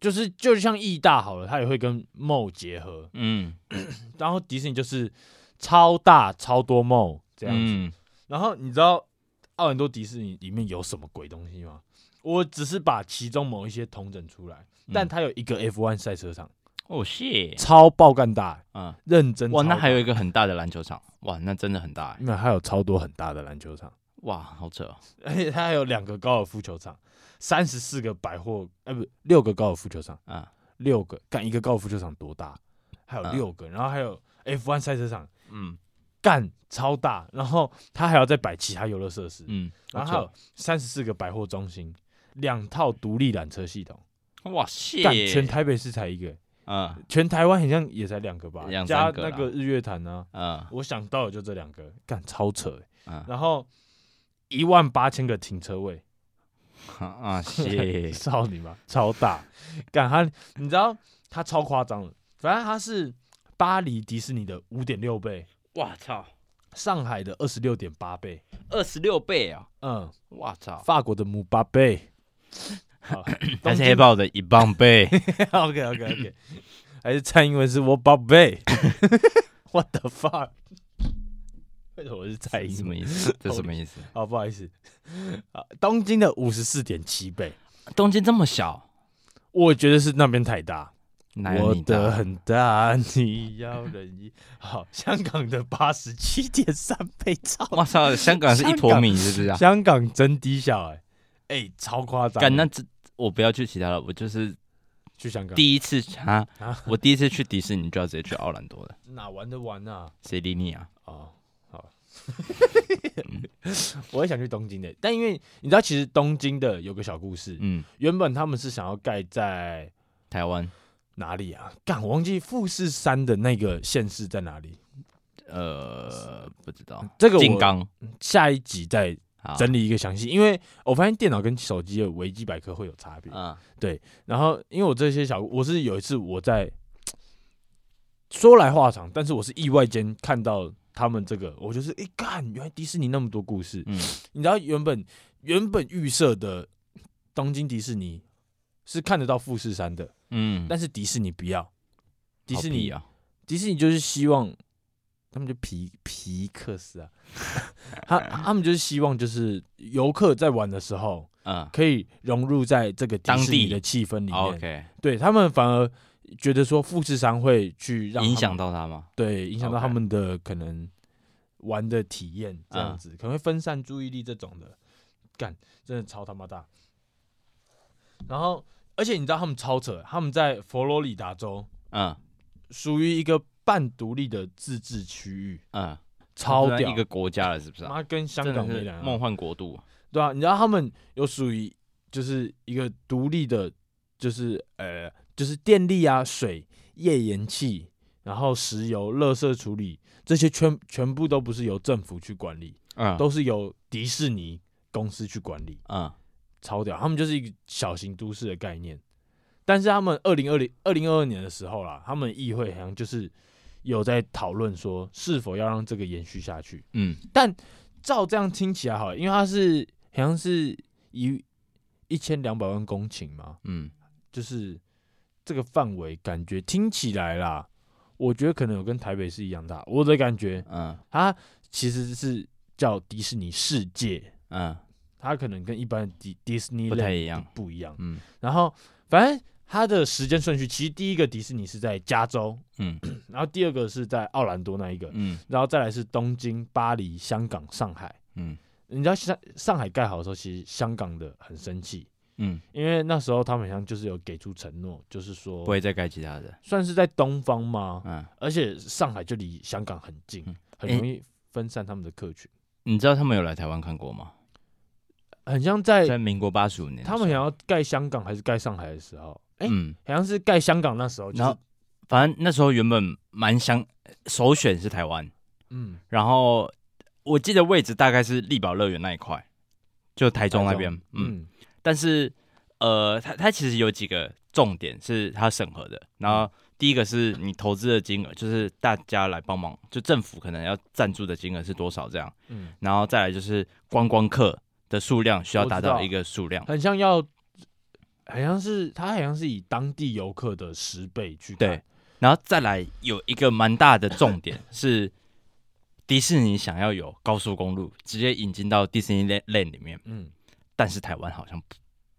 B: 就是就像义大好了，它也会跟 mall 结合，
A: 嗯，
B: 然后迪士尼就是超大超多 mall 这样子。
A: 嗯
B: 然后你知道奥兰多迪士尼里面有什么鬼东西吗？我只是把其中某一些统整出来，
A: 嗯
B: 但它有一个 F1 赛车场，
A: 哦谢，
B: 超爆干大，
A: 嗯，
B: 认真
A: 哇，
B: 超
A: 那还有
B: 大
A: 一个很大的篮球场，哇，那真的很大哎，
B: 那还有超多很大的篮球场，
A: 哇，好扯、哦，
B: 而且它还有两个高尔夫球场，三十四个百货，哎、不，六个高尔夫球场，
A: 嗯
B: 六个，干一个高尔夫球场多大？还有
A: 嗯
B: 六个，然后还有 F1 赛车场，
A: 嗯
B: 干超大，然后它还要再摆其他游乐设施，
A: 嗯，
B: 然后还
A: 好
B: 有三十四个百货中心，两套独立缆车系统，
A: 扯哦哇谢，
B: 干全台北市才一个，
A: 嗯
B: 全台湾好像也才两个吧，
A: 两
B: 加
A: 三个啦
B: 那个日月潭呢、
A: 嗯
B: 我想到的就这两个，干超扯、欸
A: 嗯
B: 然后一万八千个停车位，，
A: 啊谢
B: 操你妈，超大！干他，你知道他超夸张的，反正他是巴黎迪士尼的五点六倍，
A: 哇操，
B: 上海的二十六点八倍，
A: 二十六倍啊、
B: 嗯，
A: 哇 操，
B: 法国的姆巴倍，好，
A: 还
B: 东
A: 是
B: 京
A: 黑豹的一磅 倍，
B: OK OK OK，还是蔡英文是我宝 贝，What the fuck？为什么我是
A: 什
B: 蔡英
A: 么
B: 文？
A: 意思？这什么意思？
B: 哦，哎不好意思，啊，东京的五十四点七倍，
A: 东京这么小，
B: 我觉得是那边太大。
A: 哪有
B: 我
A: 你
B: 的
A: 大？
B: 很大，你要忍一。好，香港的八十七点三倍超，
A: 哇操，香港是一坨米是不是啊？
B: 香港真低效哎、哎、超夸张的。
A: 干那这我不要去其他了，我就是
B: 去香港
A: 第一次啊
B: 啊，
A: 我第一次去迪士尼就要直接去奥兰 多了，
B: 哪玩得完啊？
A: 谁理你啊？
B: 哦，好， 我也想去东京的，但因为你知道，其实东京的有个小故事，
A: 嗯，
B: 原本他们是想要盖在
A: 台湾，
B: 哪里啊？干，我忘记富士山的那个县市在哪里。
A: 呃，不知道，
B: 这个
A: 静
B: 我
A: 冈，
B: 下一集再
A: 好，
B: 整理一个详细，因为我发现电脑跟手机的维基百科会有差别。
A: 啊，
B: 然后，因为我这些小，我是有一次我在说来话长，但是我是意外间看到他们这个，我就是一看，原来迪士尼那么多故事。
A: 嗯
B: 你知道原本原本预设的东京迪士尼是看得到富士山的，
A: 嗯，
B: 但是迪士尼不要，迪士尼
A: 好屁啊哦
B: 迪士尼就是希望他们就皮皮克斯 啊，他他们就是希望就是游客在玩的时候
A: 啊，
B: 可以融入在这个迪士
A: 当
B: 尼
A: 地
B: 的气氛里
A: 嗯
B: 面，
A: ，OK，
B: 对他们反而觉得说富士山会去让他们
A: 影响到他吗？
B: 对影响到
A: OK
B: 他们的可能玩的体验
A: 嗯
B: 这样子，可能会分散注意力这种的，干真的超他妈大。然后，而且你知道他们超扯，他们在佛罗里达州
A: 嗯
B: 属于一个半独立的自治区域，
A: 嗯，
B: 超
A: 他们
B: 屌，
A: 一个国家了，是不是啊？
B: 妈跟香
A: 真的
B: 港
A: 是
B: 没两
A: 梦
B: 样，
A: 幻国度，
B: 对啊，你知道他们有属于就是一个独立的，就是呃，就是电力啊、水、页岩气，然后石油、垃圾处理这些全全部都不是由政府去管理，
A: 嗯
B: 都是由迪士尼公司去管理，
A: 嗯
B: 超屌，他们就是一个小型都市的概念。但是他们二零二零二零二二年的时候啦，他们议会好像就是有在讨论说是否要让这个延续下去。
A: 嗯
B: 但照这样听起来好了，因为它是好像是一一千两百万公顷嘛，
A: 嗯，
B: 就是这个范围，感觉听起来啦，我觉得可能有跟台北市一样大。我的感觉，
A: 嗯
B: 它其实是叫迪士尼世界，
A: 嗯，
B: 它可能跟一般的迪迪士尼
A: 不太一样
B: 不一样。
A: 嗯
B: 然后反正它的时间顺序，其实第一个迪士尼是在加州，
A: 嗯
B: 然后第二个是在奥兰多那一个，
A: 嗯
B: 然后再来是东京、巴黎、香港、上海。
A: 嗯
B: 你知道上上海盖好的时候，其实香港的很生气，
A: 嗯，
B: 因为那时候他们好像就是有给出承诺，就是
A: 不
B: 说
A: 会再盖其他的，
B: 算是在东方嘛，
A: 嗯。
B: 而且上海就离香港很近
A: 嗯，
B: 很容易分散他们的客群，
A: 你知道他们有来台湾看过吗？
B: 很像在
A: 在民国八十五年的时
B: 哎他
A: 候，
B: 们想要盖香港还是盖上海的时候，哎、
A: 嗯，
B: 好像是盖香港那时候，就
A: 然
B: 是
A: 后反正那时候原本蛮想首选是台湾，
B: 嗯，
A: 然后我记得位置大概是力宝乐园那一块，就台中那边，嗯，
B: 嗯
A: 但是呃，它它其实有几个重点是它审核的，然后第一个是你投资的金额，就是大家来帮忙，就政府可能要赞助的金额是多少这样，
B: 嗯，
A: 然后再来就是观光客的数量需要达
B: 我知
A: 到
B: 道
A: 一个数量，
B: 嗯很像要，好像是他好像是以当地游客的十倍去看
A: 对，然后再来有一个蛮大的重点 是，迪士尼想要有高速公路直接引进到迪士尼 land 里面，
B: 嗯
A: 但是台湾好像不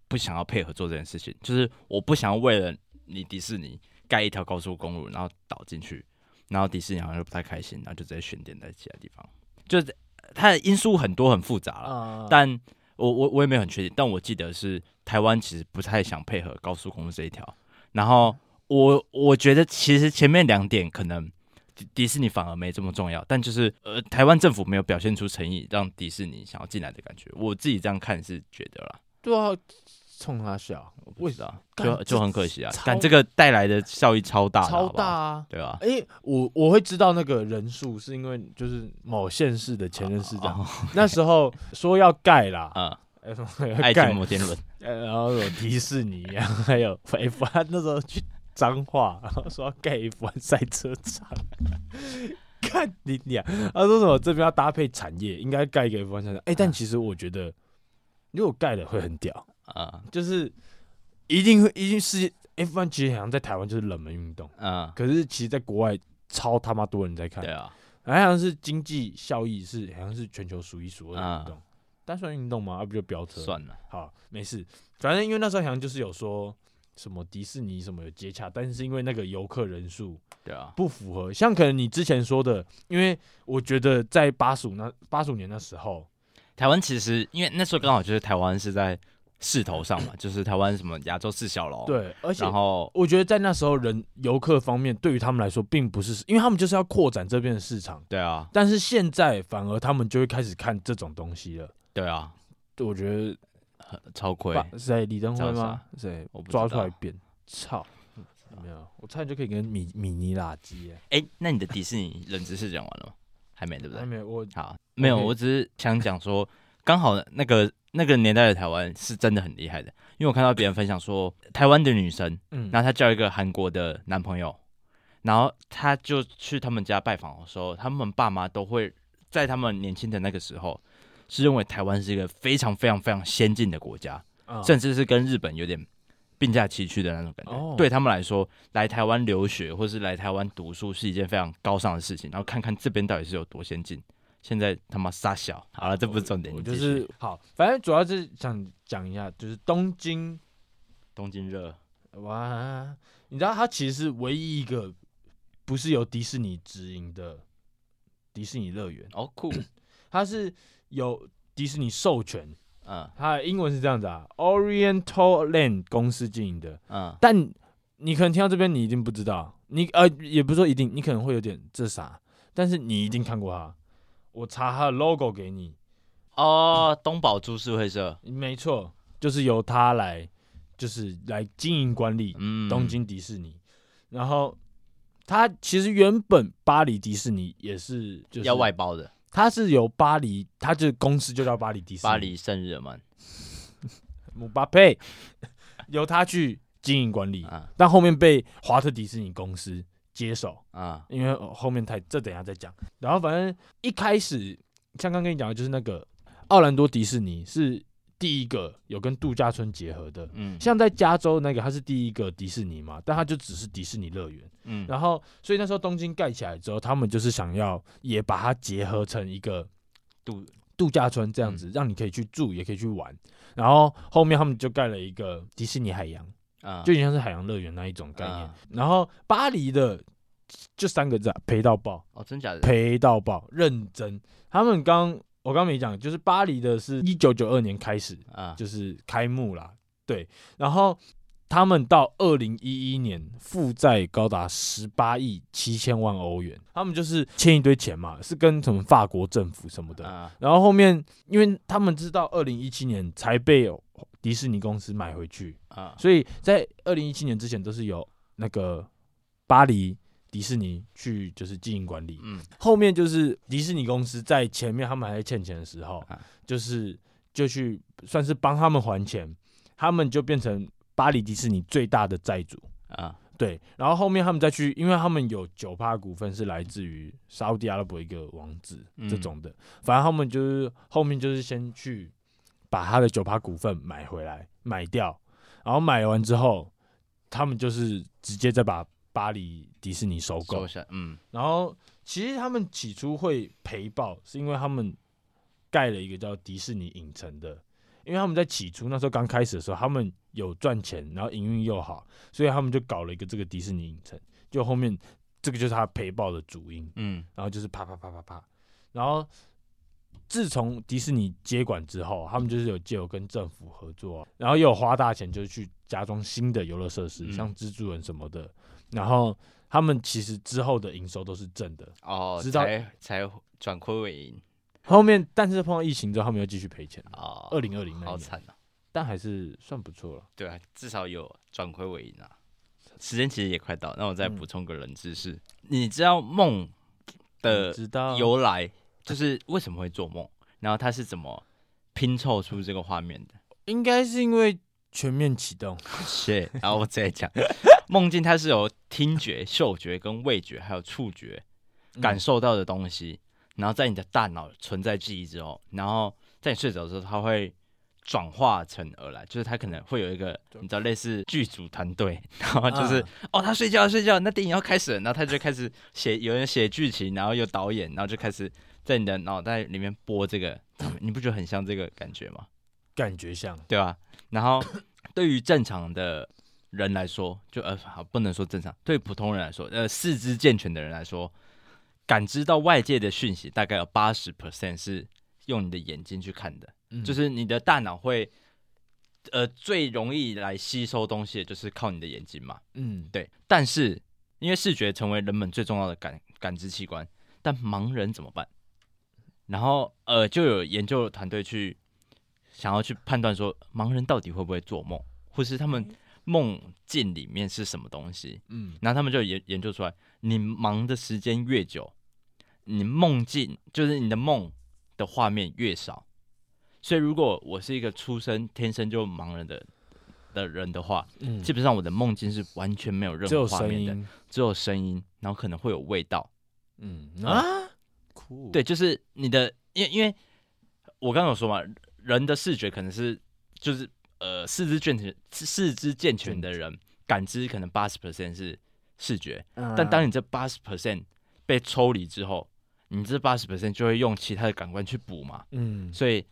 A: 不想要配合做这件事情，就是我不想要为了你迪士尼盖一条高速公路，然后导进去，然后迪士尼好像就不太开心，然后就直接选点在其他地方，就是它的因素很多很复杂了，
B: 啊，
A: 但我我我也没有很确定，但我记得是台湾其实不太想配合高速公路这一条。然后我我觉得其实前面两点可能迪迪士尼反而没这么重要，但就是呃台湾政府没有表现出诚意，让迪士尼想要进来的感觉。我自己这样看是觉得啦，
B: 对啊，冲他笑，
A: 我不
B: 为
A: 知道，
B: 干
A: 就
B: 这
A: 就很可惜啊
B: 超，
A: 但这个带来的效益超大的，好
B: 超
A: 不好
B: 大啊！
A: 对吧？
B: 哎、我我会知道那个人数，是因为就是某县市的前任市长、
A: 哦
B: 那时候说要盖 啦，
A: 嗯，
B: 哎什么要
A: 爱情
B: 盖，
A: 摩天轮，
B: 呃然后有迪士尼，然后还有 F 1那时 候去彰化， 然后说要盖 F 1赛车场， 看你俩，他说什么这边要搭配产业，应该盖一个 F 1赛车场。
A: 嗯
B: 哎、但其实我觉得，如果盖了会很屌，
A: 嗯
B: 就是一定会一定是 F 1其实好像在台湾就是冷门运动。
A: 嗯，
B: 可是其实，在国外超他妈多人在看，哎
A: 对啊，
B: 好像是经济效益是好像是全球数一数二的
A: 啊
B: 运动，单算运动嘛，而、啊不就飙车？
A: 算了，
B: 好，没事，反正因为那时候好像就是有说什么迪士尼什么有接洽，但是因为那个游客人数
A: 对啊，
B: 不符合，像可能你之前说的，因为我觉得在八十五那八十五年那时候，
A: 台湾其实因为那时候刚好就是台湾是在势头上 嘛，就是台湾什么亚洲四小龙，，
B: 对，而且
A: 哦然后
B: 我觉得在那时候人游客方面，对于他们来说并不是，因为他们就是要扩展这边的市场。
A: 对啊，
B: 但是现在反而他们就会开始看这种东西了。
A: 对啊，
B: 我觉得
A: 很超亏，
B: 把谁李登辉
A: 知道
B: 吗
A: 啥？
B: 谁
A: 我不知
B: 抓
A: 道
B: 出来扁？操！没有，我差点就可以跟米米妮拉鸡了。
A: 哎、那你的迪士尼冷知识讲完了吗？还没对不
B: 还
A: 对？
B: 没有我
A: 好，没有，
B: 可以
A: 我只是想讲说，刚好那个那个年代的台湾是真的很厉害的，因为我看到别人分享说，台湾的女生，
B: 嗯
A: 然后她交一个韩国的男朋友，然后她就去他们家拜访的时候，他们爸妈都会在他们年轻的那个时候，是认为台湾是一个非常非常非常先进的国家，
B: 啊
A: 甚至是跟日本有点并驾齐驱的那种感觉。
B: 哦
A: 对他们来说，来台湾留学或是来台湾读书是一件非常高尚的事情，然后看看这边到底是有多先进。现在他妈傻小，好了，这不是重点，
B: 我
A: 你
B: 就
A: 继续
B: 是好，反正主要是想讲一下，就是东京
A: 东京热，
B: 哇，你知道它其实是唯一一个不是由迪士尼直营的迪士尼乐园，
A: 哦酷，
B: 它是有迪士尼授权，
A: 嗯
B: 它的英文是这样子啊，Oriental Land 公司经营的。
A: 嗯
B: 但你可能听到这边，你一定不知道，你呃也不是说一定，你可能会有点这啥，但是你一定看过它。我查它的 logo 给你，
A: 哦，东宝株式会社，
B: 没错，就是由它来，就是来经营管理
A: 嗯，
B: 东，京迪士尼。然后它其实原本巴黎迪士尼也是，就是
A: 要外，包的，
B: 它是由巴黎，它这公司就叫巴黎迪士尼，
A: 巴黎圣日耳曼，
B: 姆巴佩 由它去经营管理，
A: 啊
B: 但后面被华特迪士尼公司接手。
A: 啊
B: 因为呃后面太这等一下再讲。然后反正一开始像刚跟你讲的，就是那个奥兰多迪士尼是第一个有跟度假村结合的，
A: 嗯
B: 像在加州那个它是第一个迪士尼嘛，但它就只是迪士尼乐园。
A: 嗯
B: 然后所以那时候东京盖起来之后，他们就是想要也把它结合成一个
A: 度嗯
B: 度假村这样子，让你可以去住，也可以去玩。然后后面他们就盖了一个迪士尼海洋，
A: 啊，
B: 就有点像是海洋乐园那一种概念
A: 啊。
B: 然后巴黎的就三个字、啊，赔到爆，
A: 哦，真假的？
B: 赔到爆，认真。他们刚我刚没讲，就是巴黎的是一九九二年开始
A: 啊，
B: 就是开幕啦，对。然后他们到二零一一年负债高达十八亿七千万欧元，他们就是欠一堆钱嘛，是跟什么法国政府什么的。
A: 啊，
B: 然后后面，因为他们知道二零一七年才被迪士尼公司买回去，
A: 啊，
B: 所以在二零一七年之前都是由那个巴黎迪士尼去就是经营管理。
A: 嗯，
B: 后面就是迪士尼公司在前面他们还在欠钱的时候
A: 啊，
B: 就是就去算是帮他们还钱，他们就变成巴黎迪士尼最大的债主。
A: 啊，
B: 对，然后后面他们再去，因为他们有九趴股份是来自于沙烏地阿拉伯一个王子
A: 嗯
B: 这种的，反正他们就是后面就是先去把他的九趴股份买回来买掉，然后买完之后，他们就是直接再把巴黎迪士尼收购
A: 收，下，嗯，
B: 然后其实他们起初会赔爆，是因为他们盖了一个叫迪士尼影城的，因为他们在起初那时候刚开始的时候，他们有赚钱，然后营运又好，所以他们就搞了一个这个迪士尼影城，就后面这个就是他赔爆的主因，
A: 嗯，
B: 然后就是啪啪啪啪啪，然后。自从迪士尼接管之后，他们就是有借由跟政府合作，然后也有花大钱，就是去加装新的游乐设施，
A: 嗯
B: 像蜘蛛人什么的。然后他们其实之后的营收都是正的，
A: 哦，
B: 知道
A: 才才转亏为盈，
B: 后面，但是碰到疫情之后，他们又继续赔钱，
A: 哦，
B: 二零二零那一
A: 好
B: 年，
A: 惨啊，
B: 但还是算不错了。
A: 对啊，至少有转亏为盈啊。时间其实也快到，那我再
B: 嗯
A: 补充个冷知识，你知道梦的
B: 嗯你知道
A: 由来，就是为什么会做梦，然后它是怎么拼凑出这个画面的？
B: 应该是因为全面启动，
A: 是，然后我再讲，梦境它是由听觉、嗅觉、跟味觉还有触觉感受到的东西，然后在你的大脑存在记忆之后，然后在你睡着的时候，它会转化成而来，就是它可能会有一个你知道类似剧组团队，然后就是、哦，他睡觉了睡觉了，那电影要开始了，然后他就开始写，有人写剧情，然后有导演，然后就开始在你的脑袋里面播这个，你不觉得很像这个感觉吗？
B: 感觉像
A: 对吧、然后对于正常的人来说，就呃好不能说正常，对普通人来说，呃四肢健全的人来说，感知到外界的讯息大概有八十 percent 是用你的眼睛去看的，嗯
B: 嗯
A: 就是你的大脑会呃最容易来吸收东西，就是靠你的眼睛嘛。
B: 嗯，
A: 对，但是因为视觉成为人们最重要的感感知器官，但盲人怎么办？然后呃，就有研究团队去想要去判断说，盲人到底会不会做梦，或是他们梦境里面是什么东西？
B: 嗯
A: 然后他们就研研究出来，你忙的时间越久，你梦境就是你的梦的画面越少。所以，如果我是一个出生天生就盲人的的人的话，
B: 嗯，
A: 基本上我的梦境是完全没有任
B: 只有
A: 何画
B: 声
A: 面的，
B: 音，
A: 只有声音，然后可能会有味道。
B: 嗯啊，酷，
A: 对，，就是你的，因为因为我刚刚有说嘛，人的视觉可能是就是呃四肢健全、四肢健全的人感知可能八十 percent 是视觉，
B: 啊
A: 但当你这八十 percent 被抽离之后，你这八十 percent 就会用其他的感官去补嘛，
B: 嗯
A: 所以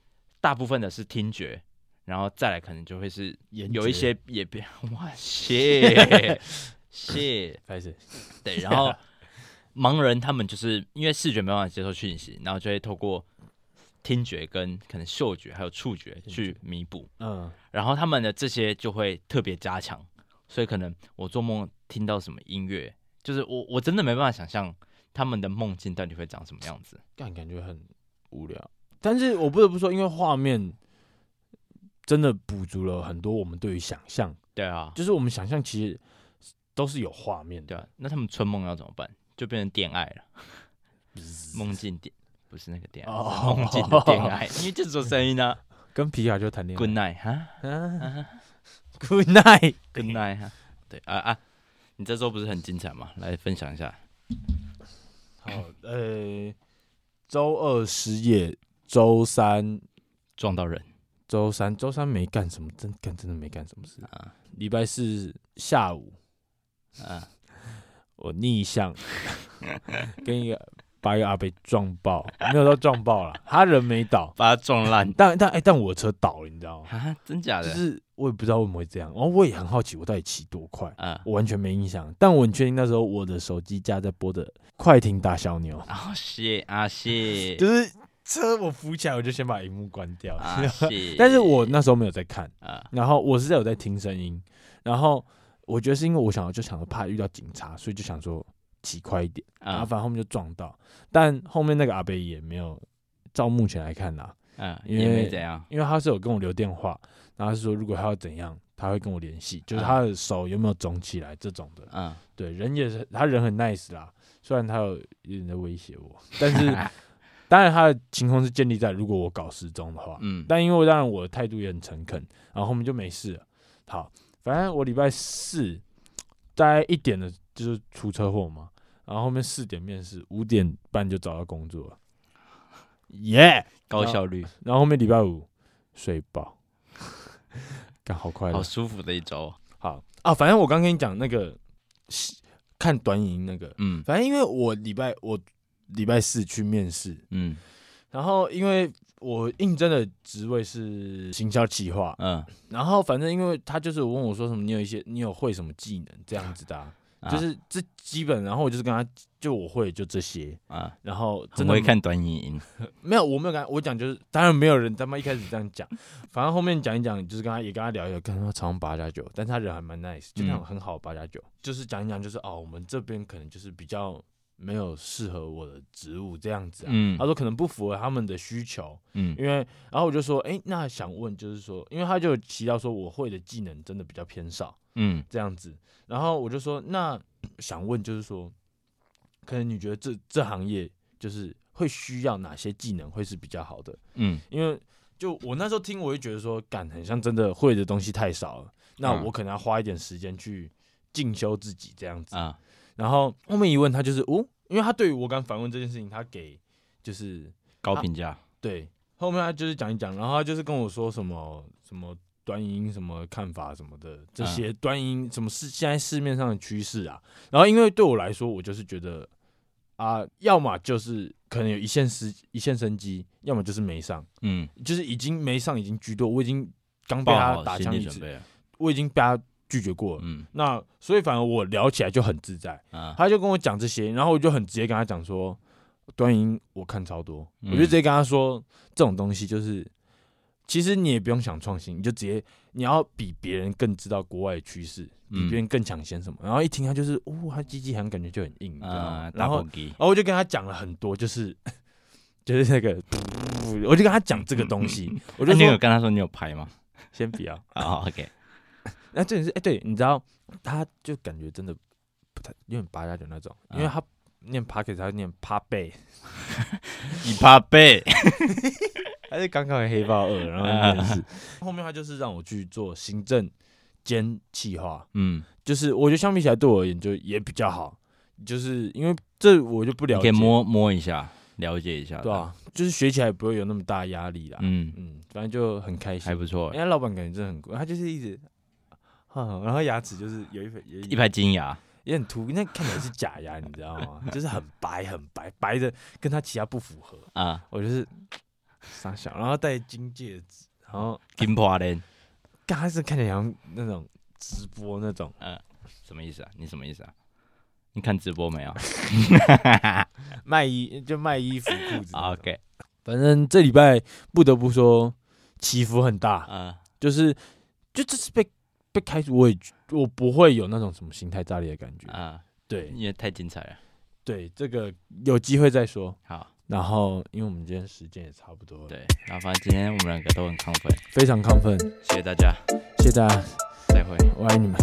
A: 大部分的是听觉。然后再来可能就会是
B: 眼
A: 有一
B: 睫
A: 些也变 哇谢谢
B: 开始，
A: 对，然后盲人他们就是因为视觉没办法接受讯息，然后就会透过听觉跟可能嗅觉还有触觉去弥补，
B: 嗯
A: 然后他们的这些就会特别加强，所以可能我做梦听到什么音乐，就是我我真的没办法想象他们的梦境到底会长什么样子。
B: 但感觉很无聊。但是我不得不说，因为画面真的补足了很多我们对于想象，
A: 对啊，
B: 就是我们想象其实都是有画面的，
A: 对啊，那他们春梦要怎么办？就变成恋爱了，梦境恋不是那个恋爱，
B: 哦
A: 是梦境的恋爱，因为这种声音呢
B: 跟皮卡丘谈恋爱
A: ，Good night 哈。
B: 啊，Good night。
A: Good night 哈，对啊啊，你这周不是很精彩吗？来分享一下。
B: 好，呃，周二失业，周三
A: 撞到人
B: 周三周三没干什么，真干真的没干什么事。
A: 啊
B: 礼拜四 下午，
A: 啊
B: 我逆向跟一个把一个阿伯撞爆，没有到撞爆了，他人没倒，
A: 把它撞 烂
B: 但但哎、但我的车倒了，你知道吗？
A: 啊？真假
B: 就
A: 的？
B: 是我也不知道为什么会这样，然后我也很好奇我到底骑多快，
A: 啊，
B: 我完全没印象，但我很确定那时候我的手机架在播的《快艇打小牛》，
A: 啊谢啊 谢，
B: 就是车我扶起来我就先把荧幕关掉，，
A: 啊谢
B: 但是我那时候没有在看，
A: 啊
B: 然后我是在有在听声音，然后我觉得是因为我想就想着怕遇到警察，所以就想说骑快一点，然后
A: 啊
B: 反正后面就撞到，但后面那个阿伯也没有，照目前来看啦、
A: 啊，
B: 因
A: 也没
B: 为
A: 怎样
B: 因为他是有跟我留电话，然后他是说如果他要怎样，他会跟我联系，就是他的手有没有肿起来这种的。
A: 啊，
B: 对，人也是他人很 nice 啦，虽然他有有点在威胁我，但是当然他的情况是建立在如果我搞失踪的话，
A: 嗯
B: 但因为当然我的态度也很诚恳，然后后面就没事了。好，反正我礼拜四大概一点的就是出车祸嘛，然后后面四点面试，五点半就找到工作了，耶、
A: 高效率，
B: 然后后面礼拜五睡饱， 干好快乐
A: 好，舒服的一周，
B: 好啊！反正我刚跟你讲那个是看短影音那个，
A: 嗯
B: 反正因为我礼拜我礼拜四去面试，
A: 嗯
B: 然后因为我应征的职位是行销企划，
A: 嗯，
B: 然后反正因为他就是问我说什么，你有一些你有会什么技能这样子的啊、
A: 啊
B: 就是这基本，然后我就是跟他就我会就这些，
A: 啊，
B: 然后
A: 很
B: 真的
A: 会看短影音，
B: 没有，我没有跟他，我讲就是，当然没有人他妈一开始这样讲，反正后面讲一讲，就是跟他也跟他聊一聊，跟他常八加九，但他人还蛮 nice，就那种
A: 嗯
B: 很好八加九，就是讲一讲，就是哦，我们这边可能就是比较没有适合我的职务这样子啊。
A: 嗯
B: 他说可能不符合他们的需求，
A: 嗯
B: 因为然后我就说，哎、那想问就是说，因为他就有提到说我会的技能真的比较偏少
A: 嗯
B: 这样子，然后我就说，那想问就是说，可能你觉得这这行业就是会需要哪些技能会是比较好的？
A: 嗯
B: 因为就我那时候听，我就觉得说，干很像真的会的东西太少了，那
A: 嗯
B: 我可能要花一点时间去进修自己这样子。
A: 啊
B: 然后后面一问他就是哦，因为他对于我敢反问这件事情，他给就是
A: 高评价，
B: 对后面他就是讲一讲，然后他就是跟我说什么什么。端音什么看法什么的，这些
A: 嗯
B: 端音什么是现在市面上的趋势啊？然后因为对我来说，我就是觉得啊，要么就是可能有一线时一线生机，要么就是没上。
A: 嗯，
B: 就是已经没上，已经居多，我已经刚被
A: 抱
B: 他
A: 好
B: 打
A: 心
B: 枪
A: 理
B: 一
A: 准
B: 次，
A: 备了，啊
B: 我已经被他拒绝过了。
A: 嗯
B: 那所以反而我聊起来就很自在，
A: 啊
B: 他就跟我讲这些，然后我就很直接跟他讲说，端音我看超多，
A: 嗯
B: 我就直接跟他说，这种东西就是，其实你也不用想创新，你就直接你要比别人更知道国外的趋势，比
A: 嗯
B: 别人更抢先什么。然后一听他就是，哦，他机器好像感觉就很硬，你知道吗
A: 啊，
B: 然
A: 打
B: 后
A: 火机
B: 然，后我就跟他讲了很多，就是 就是那个，我就跟他讲这个 东西，我
A: 我
B: 就
A: 啊哎你有
B: 说
A: 跟他说你有拍 吗？
B: 先不要。
A: 啊 OK，
B: 那重点是，哎、对，你知道，他就感觉真的不太有点八加九那种，因为
A: 啊
B: 他念 p a r k e 他会念 p a b
A: 你怕被
B: 他是刚看完《黑豹二》，然后面试，啊 后面他就是让我去做行政兼企划，
A: 嗯，
B: 就是我觉得相比起来对我而言就也比较好，就是因为这我就不
A: 你
B: 了
A: 可
B: 解，
A: 以摸摸一下，了解一下，
B: 对啊，就是学起来不会有那么大压力啦，嗯
A: 嗯，
B: 反正就很开心
A: 还。不错
B: 人，家老板感觉真的很酷，他就是一直， 啊，然后牙齿就是有一排有
A: 一排金牙，
B: 也很凸，那看起来是假牙，你知道吗？ 就是很白很白，白的跟他其他不符合。
A: 啊，
B: 我就是傻笑，然后戴金戒指，然后
A: 金破人，
B: 刚开始看起来像那种直播那 种，
A: 什么意思啊？你什么意思啊？你看直播 没有
B: 卖衣就卖衣服裤子那种。
A: 啊？OK，
B: 反正这礼拜不得不说起伏很大，
A: 啊
B: 就是就这次被被开除，我也我不会有那种什么心态炸裂的感觉。
A: 啊，
B: 对，
A: 因为太精彩了。
B: 对，这个有机会再说。
A: 好，
B: 然后，因为我们今天时间也差不多了，
A: 对，然后反正今天我们两个都很亢奋，
B: 非常亢奋，
A: 谢谢大家，
B: 谢谢大家，
A: 再会。
B: 我爱你们。